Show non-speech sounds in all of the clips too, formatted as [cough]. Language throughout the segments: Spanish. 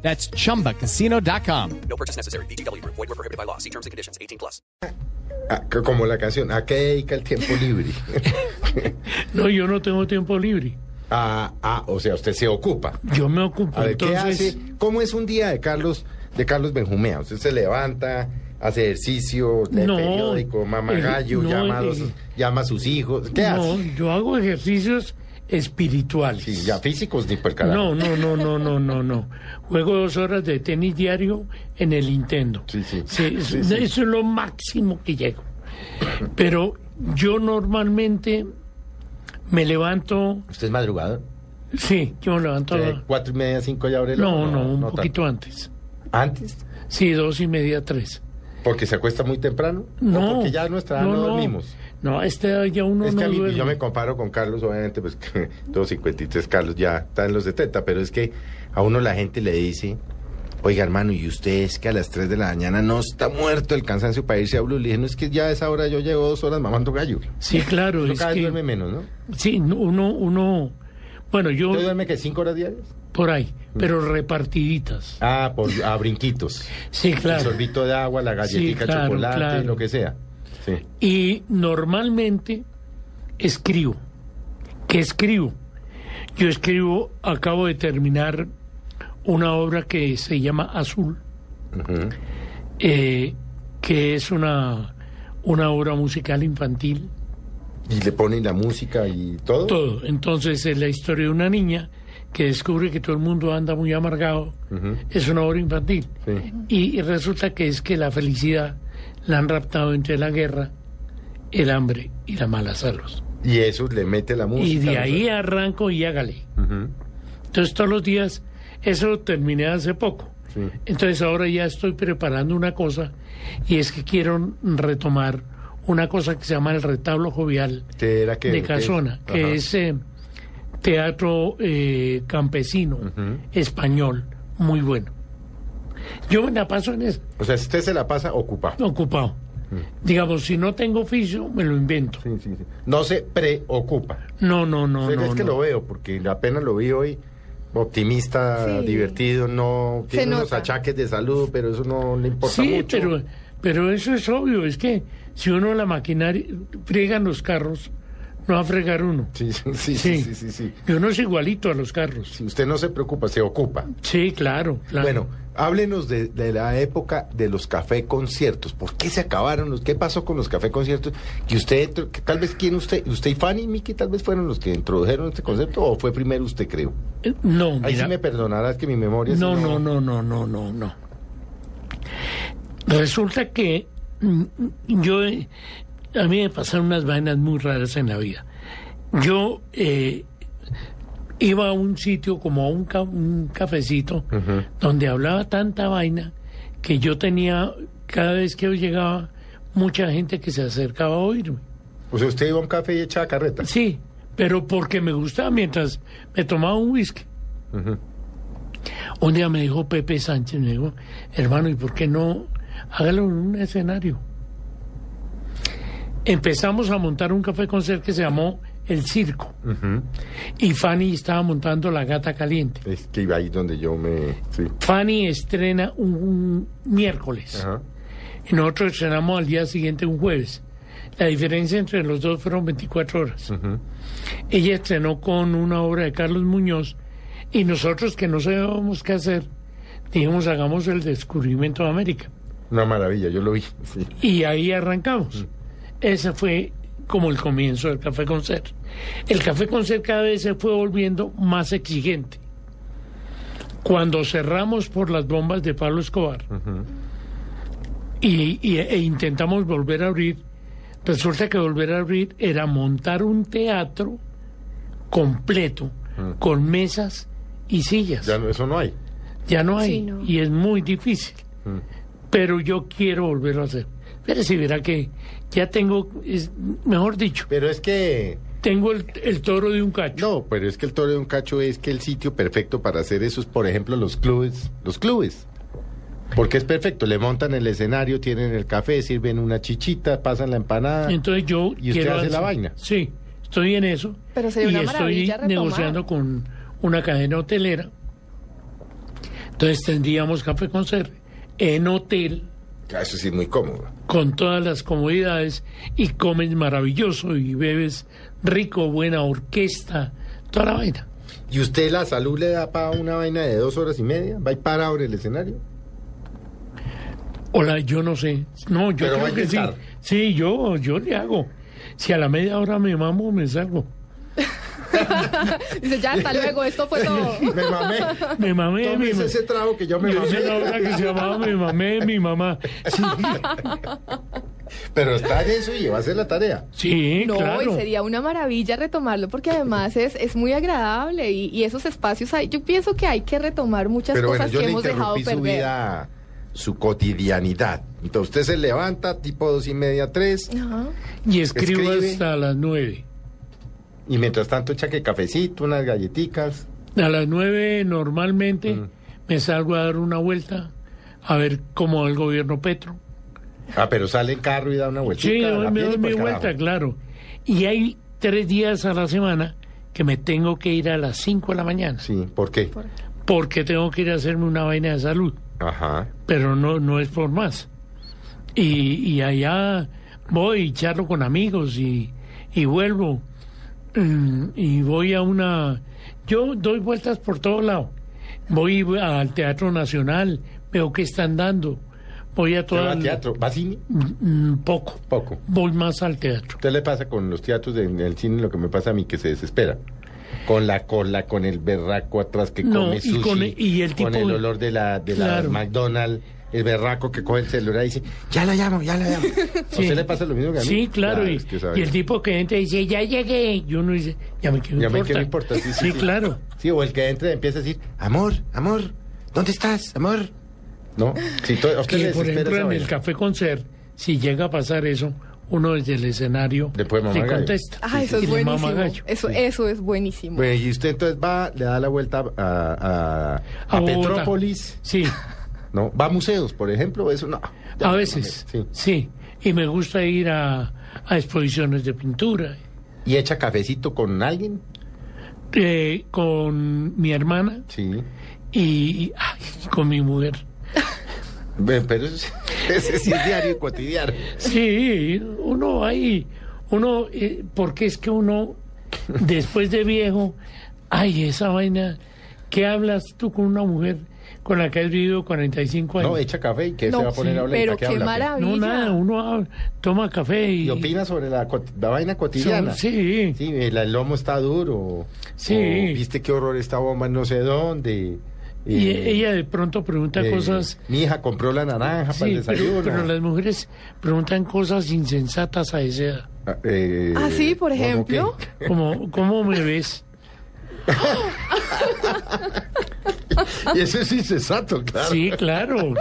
That's chumbacasino.com. No purchase necessary. BGW. Void were prohibited by law. See terms and conditions. 18 plus. Ah, que como la canción, ¿a qué dedica el tiempo libre? [laughs] No, yo no tengo tiempo libre. ah, ah, o sea, usted se ocupa. Yo me ocupo. A ver, ¿qué Entonces, hace? ¿Cómo es un día de Carlos, de Carlos Benjumea? Usted se levanta, hace ejercicio, lee No, periódico, mama eh, gallo, no, llama, a los- eh, llama a sus hijos. ¿Qué no, hace? yo hago ejercicios espirituales. Sí, ya físicos ni por carajo. no, no, no, no, no, no, no. Juego dos horas de tenis diario en el Nintendo. Sí, sí. es- Sí, sí. Eso es lo máximo que llego. Pero yo normalmente me levanto, ¿Usted es madrugador? sí, yo me levanto. a- ¿De ¿Cuatro y media, cinco ya abre el Ah. no, ojo? no, un tanto. poquito antes. ¿Antes? Sí, dos y media, tres. ¿Porque se acuesta muy temprano? ¿O No, porque ya a nuestra edad no, dormimos. No, a esta edad ya uno Es no que a mí, duerme. yo me comparo con Carlos, obviamente, pues que [laughs] tengo 53, Carlos ya está en los 70, pero es que a uno la gente le dice, oiga hermano, ¿y usted es que a las 3 de la mañana no está muerto el cansancio para irse a Blue? Le dije, no, es que ya a esa hora yo llevo dos horas mamando gallo. Sí, claro, Uno es cada vez que duerme menos, ¿no? sí, no, uno uno bueno, yo ¿Usted duerme que 5 horas diarias? por ahí, pero repartiditas. Ah, por, a [laughs] brinquitos. Sí, El claro. sorbito de agua, la galletita, claro, chocolate, claro. lo que sea. Sí. Y normalmente escribo. ¿Qué escribo? Yo escribo, acabo de terminar una obra que se llama Azul, Ujú. eh, que es una, una obra musical infantil. Y le ponen la música y todo. Todo. Entonces es la historia de una niña que descubre que todo el mundo anda muy amargado. Es una obra infantil. Sí. Y, y resulta que es que la felicidad la han raptado entre la guerra, el hambre y la mala salud. Y eso le mete la música. Y de ¿no? ahí arranco y hágale. Ujú. Entonces todos los días, eso lo terminé hace poco. Sí. Entonces ahora ya estoy preparando una cosa y es que quiero retomar una cosa que se llama el retablo jovial que era que de Casona, que Ajá. es eh, teatro eh, campesino español, muy bueno. Yo me la paso en eso, o sea si usted se la pasa ocupado ocupado. Mm. Digamos, si no tengo oficio, me lo invento. Sí, sí, sí. no se preocupa No, no, no, O sea, no. es que no. lo veo porque apenas lo vi hoy optimista Sí. divertido no Se tiene unos nota. achaques de salud pero eso no le importa sí, mucho pero, pero eso es obvio. Es que si uno la maquinaria friega en los carros, no va a fregar uno. sí sí sí sí, Sí. sí, sí, sí. Y uno es igualito a los carros. Si usted no se preocupa se ocupa Sí, claro. claro. bueno háblenos de, de la época de los café conciertos por qué se acabaron los qué pasó con los café conciertos que usted entró- que tal vez quién usted usted y Fanny y Miki tal vez fueron los que introdujeron este concepto o fue primero usted creo Eh, no, Ahí sí mira, me perdonarás que mi memoria No, si no, no, no, no, no, no. Resulta que mm, yo, eh, a mí me pasaron unas vainas muy raras en la vida. Yo eh, iba a un sitio como a un, ca- un cafecito donde hablaba tanta vaina que yo tenía, cada vez que yo llegaba, mucha gente que se acercaba a oírme. O sea, usted iba a un café y echaba carreta. Sí, pero porque me gustaba mientras me tomaba un whisky. Un día me dijo Pepe Sánchez, me dijo, hermano, ¿y por qué no hágalo en un escenario? Empezamos a montar un café concert que se llamó El Circo. Y Fanny estaba montando La Gata Caliente. Es que iba ahí donde yo me. Sí. Fanny estrena un, un miércoles Ajá. y nosotros estrenamos al día siguiente un jueves. La diferencia entre los dos fueron 24 horas. Ella estrenó con una obra de Carlos Muñoz y nosotros que no sabíamos qué hacer, dijimos hagamos el descubrimiento de América. Una maravilla, yo lo vi. Sí. Y ahí arrancamos. Ese fue como el comienzo del Café Concert. El Café Concert cada vez se fue volviendo más exigente. Cuando cerramos por las bombas de Pablo Escobar y, y- e intentamos volver a abrir, resulta que volver a abrir era montar un teatro completo con mesas y sillas. Ya no, eso no hay. Ya no hay Sí, no. Mm. y es muy difícil. pero yo quiero volverlo a hacer. Pero si verá que ya tengo, es- mejor dicho, Pero es que... tengo el, el toro de un cacho. No, pero es que el toro de un cacho es que el sitio perfecto para hacer eso es, por ejemplo, los clubes. Los clubes. Porque es perfecto. Le montan el escenario, tienen el café, sirven una chichita, pasan la empanada. Entonces yo ¿Y usted quiero hace la hacer- vaina? Sí, estoy en eso. Pero sería y una estoy maravilla retomar. negociando con una cadena hotelera. Entonces tendríamos café con ser en hotel Ah, Eso sí es muy cómodo. con todas las comodidades y comes maravilloso y bebes rico, buena orquesta, toda la vaina. ¿Y usted la salud le da para una vaina de dos horas y media? ¿Va y para ahora el escenario? Hola, yo no sé. No, yo Pero va a creo que sí. intentar. Sí, yo, yo le hago. Si a la media hora me mamo, me salgo. Dice, ya, hasta luego, esto fue [laughs] todo. [laughs] Me mamé. Me mamé, me, Tómese mamé. ese trago que yo me Me mamé la mamé. obra que se llamaba Me mamé, mi mamá. Sí, Pero está en eso y va a hacer la tarea. sí, [laughs] No, claro. y sería una maravilla retomarlo porque además es, es muy agradable y, y esos espacios hay. Yo pienso que hay que retomar muchas Pero bueno, cosas yo que le hemos dejado interrumpí su perder. vida, su cotidianidad. Entonces usted se levanta tipo dos y media, tres, Ajá. Y escribo Escribe. hasta las nueve. y mientras tanto echa que cafecito, unas galletitas. A las nueve normalmente Mm. me salgo a dar una vuelta a ver cómo va el gobierno Petro. Ah, pero sale en carro y da una vueltita. Sí, a la doy- me piel y doy pa'l mi pues, carajo. vuelta, claro. Y hay tres días a la semana que me tengo que ir a las cinco de la mañana Sí, ¿por qué? porque tengo que ir a hacerme una vaina de salud. Ajá. pero no, no es por más. Y, y allá voy y charlo con amigos y, y vuelvo. Mm, Y voy a una... Yo doy vueltas por todo lado. Voy al Teatro Nacional, veo qué están dando. Voy a ¿Usted todo... va al teatro? ¿Va a cine? Un poco. Poco. Voy más al teatro. Usted le pasa con los teatros de- en el cine lo que me pasa a mí, que se desespera. Con la cola, con el berraco atrás que No, come y sushi. con el- y el tipo con el de- olor de la, de Claro. la McDonald's. El berraco que coge el celular y dice, ya la llamo, ya [laughs] la llamo. ¿A usted le pasa lo mismo que a mí? Ah, Sí, claro. y, es que esa y el vaina. tipo que entra y dice, ya llegué. Y uno dice, ya me quiero Ya me importa. que no importa. Sí, sí, sí. claro. Sí, o el que entra y empieza a decir, amor, amor, ¿dónde estás, amor? No, si to- a usted que le por desespera ejemplo esa en el vaina. café concert si llega a pasar eso uno desde el escenario Le puede mamar le gallo. contesta Ah, eso Y es le mama buenísimo. Eh, gallo. Eso, eso es buenísimo. Bueno, y usted entonces va, le da la vuelta a, a, a A Bogotá. Petrópolis, [laughs] sí ¿no? Va a museos, por ejemplo, eso no. a veces Sí. sí y me gusta ir a, a exposiciones de pintura ¿Y echa cafecito con alguien? eh, con mi hermana Sí. y ay, con mi mujer Ve, Pero es- ese sí [laughs] es diario y cotidiano. sí uno ahí uno eh, porque es que uno después de viejo ay esa vaina ¿qué hablas tú con una mujer con la que has vivido 45 años No, echa café y que No, se va a poner a hablar. ¿Y pero para qué habla? maravilla. No, nada, uno hab- toma café y... ¿Y opina sobre la, cot- la vaina cotidiana? Sí, Sí, el, el lomo está duro. Sí. O, Viste qué horror esta bomba, no sé dónde. Y e-, Eh, ella de pronto pregunta eh, cosas... Mi hija compró la naranja para el Sí, desayuno. pero, pero las mujeres preguntan cosas insensatas a esa edad. Ah, eh, Ah, sí, por ¿cómo ejemplo. qué? Como, ¿cómo me ves? [laughs] Y eso es insensato, claro. Sí, claro.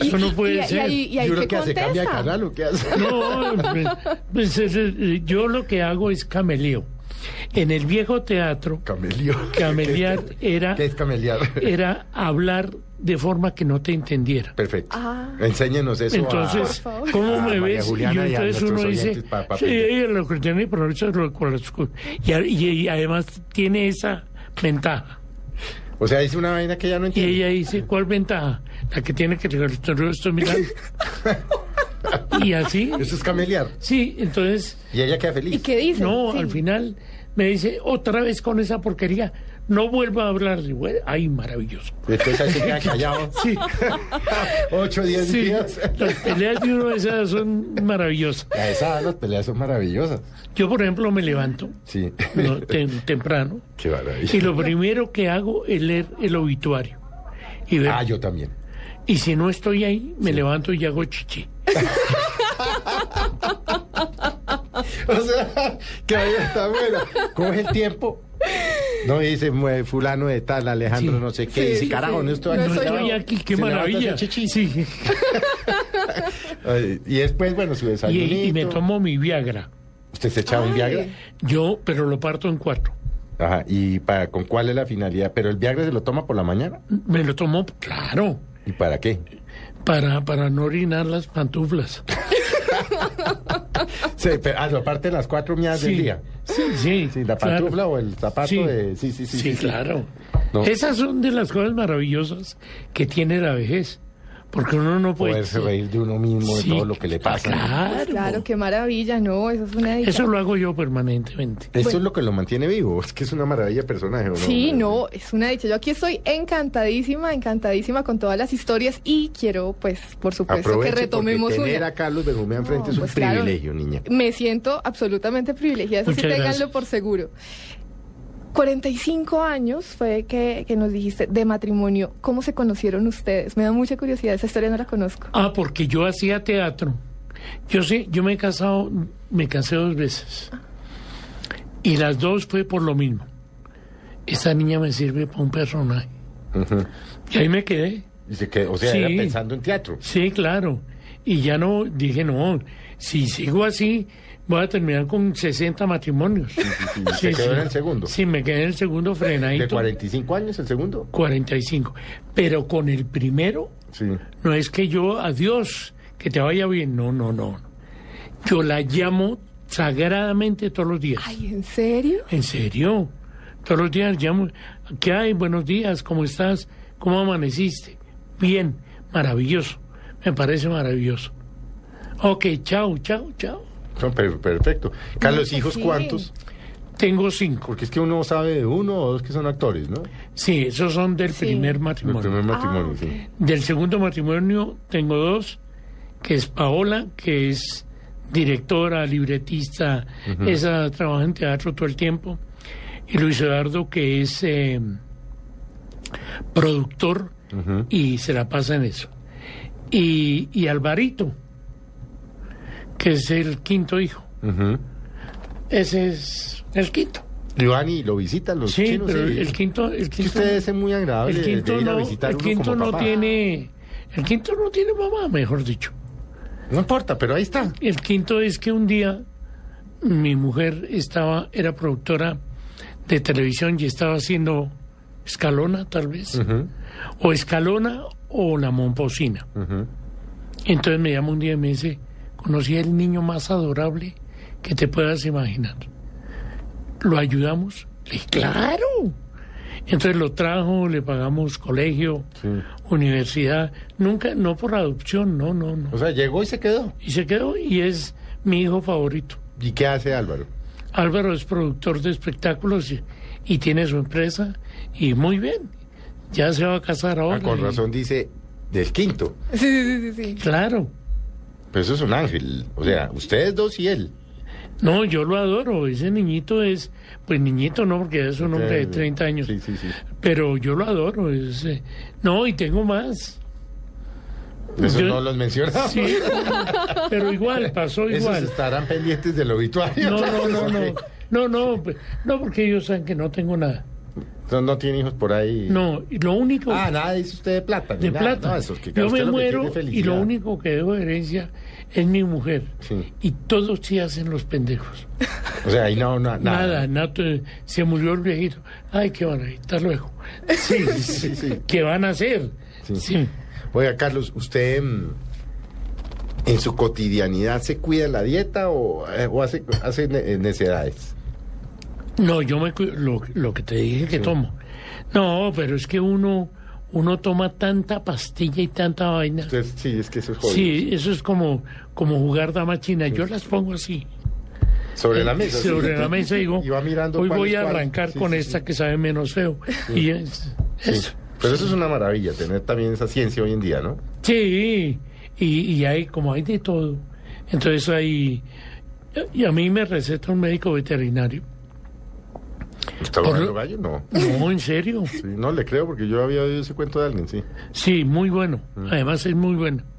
Y- Eso no y- puede y, ser. ahí- y ahí Yo creo qué que hace cambia de contesta? canal o qué hace. No, pues, pues, es- es- yo lo que hago es cameleo. En el viejo teatro, Camelio. [laughs] camelear era, ¿Qué es camelear? era hablar de forma que no te entendiera. Perfecto. Ah. Enséñenos eso. ah, a- Entonces, Por favor. ¿cómo a María me ves? Juliana y y a entonces nuestros uno dice, oyentes pa- pa- sí, ella lo que tiene pero eso es lo cual es cu- y, a- y- y además tiene esa ventaja. O sea, dice una vaina que ya no Y entiende. ella dice, ¿cuál ventaja? La que tiene que tener [laughs] estoy mirando. y así, Eso es camelear. sí, entonces, Y ella queda feliz. ¿Y qué dice? no, Sí. al final me dice, otra vez con esa porquería, no vuelva a hablar. Y bueno, Ay, maravilloso. Después ahí se [laughs] queda callado. Sí, [laughs] Ocho, diez sí, días. [laughs] las peleas de uno de esas son maravillosas. A esa edad las peleas son maravillosas. Yo, por ejemplo, me levanto Sí. [laughs] no, tem- temprano Qué maravilla. y lo primero que hago es leer el obituario. Y, ver- Ah, yo también. [laughs] y si no estoy ahí, me levanto y hago chichi. O sea, que ahí está buena. Coge el tiempo No dice mue- fulano de tal, Alejandro, Sí. no sé qué. Sí, dice, sí, carajo, sí. no estoy No aquí. soy no, yo. Ay, aquí, Se qué levanta, maravilla. hace chichi. Sí. Ay, Y después, bueno, su Y, desayunito. y me tomo mi Viagra. ¿Usted se echaba un Ay. Viagra? Yo, pero lo parto en cuatro. Ajá, ¿y para, con cuál es la finalidad? ¿Pero el Viagra se lo toma por la mañana? Me lo tomo, claro, ¿Y para qué? para, para no orinar las pantuflas. Sí, pero, ah, no, aparte de las cuatro mías del día. Sí, sí. Sí, la claro. pantufla o el zapato de... Sí, sí, sí. sí, sí. claro. No. Esas son de las cosas maravillosas que tiene la vejez. Porque uno no puede. Poderse reír de uno mismo, de Pues, Sí, ah, todo lo que le pasa. Claro. Pues Claro, qué maravilla, ¿no? Eso es una Eso lo hago yo permanentemente. Eso es lo que lo mantiene vivo. Es que es una maravilla de personaje, ¿o ¿no? Sí, no, pues, es una dicha. Yo aquí estoy encantadísima, encantadísima con todas las historias y quiero, pues, por supuesto, Aproveche que retomemos porque tener una. a Carlos Benjumea enfrente No, es un pues claro. privilegio, niña. Me siento absolutamente privilegiada, eso sí, Muchas ténganlo gracias. por seguro. 45 años fue que, que nos dijiste de matrimonio. ¿Cómo se conocieron ustedes? Me da mucha curiosidad, esa historia no la conozco. Ah, porque yo hacía teatro. Yo sé, yo me he casado, me casé dos veces. Y las dos fue por lo mismo. Esta niña me sirve para un personaje. Y ahí me quedé. Dice que, o sea, Sí. era pensando en teatro. Sí, claro. Y ya no, dije, no, si sigo así, voy a terminar con 60 matrimonios. sí. ¿Se quedó en el segundo? Sí, me quedé en el segundo De frenadito. 45 años el segundo. 45. Pero con el primero, Sí. no es que yo, adiós, que te vaya bien. No, no, no. Yo la llamo sagradamente todos los días. Ay, ¿en serio? ¿En serio? Todos los días llamo. ¿Qué hay? Buenos días, ¿cómo estás? ¿Cómo amaneciste? Bien, maravilloso. Me parece maravilloso. Ok, chao, chao, chao. No, per- perfecto. Carlos, pues ¿hijos sí. cuántos? Tengo cinco. Porque es que uno sabe de uno o dos que son actores, ¿no? Sí, esos son del Sí. primer El matrimonio. primer matrimonio, Ah, ok. sí. Del segundo matrimonio tengo dos, que es Paola, que es directora, libretista, esa trabaja en teatro todo el tiempo, y Luis Eduardo, que es eh, productor y se la pasa en eso. Y, y Alvarito, que es el quinto hijo. Ujú. Ese es el quinto. Giovanni lo visita los Sí, chinos. pero sí. el quinto... El Que quinto usted es muy agradable el de- quinto de ir a no, visitar el uno quinto como no papá. tiene el quinto no tiene mamá mejor dicho No importa, pero ahí está. el quinto es que un día mi mujer estaba era productora de televisión y estaba haciendo escalona tal vez o escalona o la momposina entonces me llama un día y me dice conocí el niño más adorable que te puedas imaginar lo ayudamos le dije, claro entonces lo trajo, le pagamos colegio, universidad, nunca, no por adopción, no, no, no. O sea, llegó y se quedó. Y se quedó y es mi hijo favorito. ¿Y qué hace Álvaro? Álvaro es productor de espectáculos y, y tiene su empresa y muy bien. Ya se va a casar ahora. Ah, con y- razón dice del quinto. Sí, sí, sí, sí. sí. Claro. Pero eso es un ángel. O sea, ustedes dos y él. No, yo lo adoro. Ese niñito es, pues niñito no, porque ya es un hombre de 30 años. Eh, Sí, sí, sí. Pero yo lo adoro. es, eh, no, y tengo más. Eso Yo- no los mencionamos. [laughs] Sí, pero igual, pasó Esos igual. estarán pendientes del obituario. No, [laughs] no, no, no. Ok. No, no, pe- no, porque ellos saben que no tengo nada. Entonces, no tiene hijos por ahí. No, y lo único Ah, nada, dice usted de plata. ni de nada. plata. No, eso es que Yo usted me lo que muero tiene es y lo felicidad. único que dejo de herencia es mi mujer. Sí. Y todos se hacen los pendejos. O sea, ahí no, no, nada. Nada, nada, se murió el viejito. Ay, qué van a estar luego. [laughs] Sí, [laughs] Sí, sí. ¿Qué van a hacer? Sí. Sí. Oiga, Carlos, ¿usted mm, en su cotidianidad se cuida la dieta o, eh, o hace, hace ne- eh, necesidades? No, yo me cuido, lo, lo que te dije que tomo. No, pero es que uno, uno toma tanta pastilla y tanta vaina. Entonces, sí, es que eso es jodido. Sí, eso es como, como jugar dama china. Yo las pongo así. Sobre la mesa. sí. Eh, Sobre la mesa digo, [laughs] Y va mirando hoy cuál voy es a cuál. arrancar Sí, con sí, esta sí. que sabe menos feo. Y es, Sí. eso. Pero eso es una maravilla, tener también esa ciencia hoy en día, ¿no? Sí, y, y hay como hay de todo. Entonces hay... Y a mí me receta un médico veterinario. ¿Está Por- hablando gallo? No. No, en serio. Sí, no le creo porque yo había oído ese cuento de alguien, sí. Mm. Sí, muy bueno. Además es muy bueno.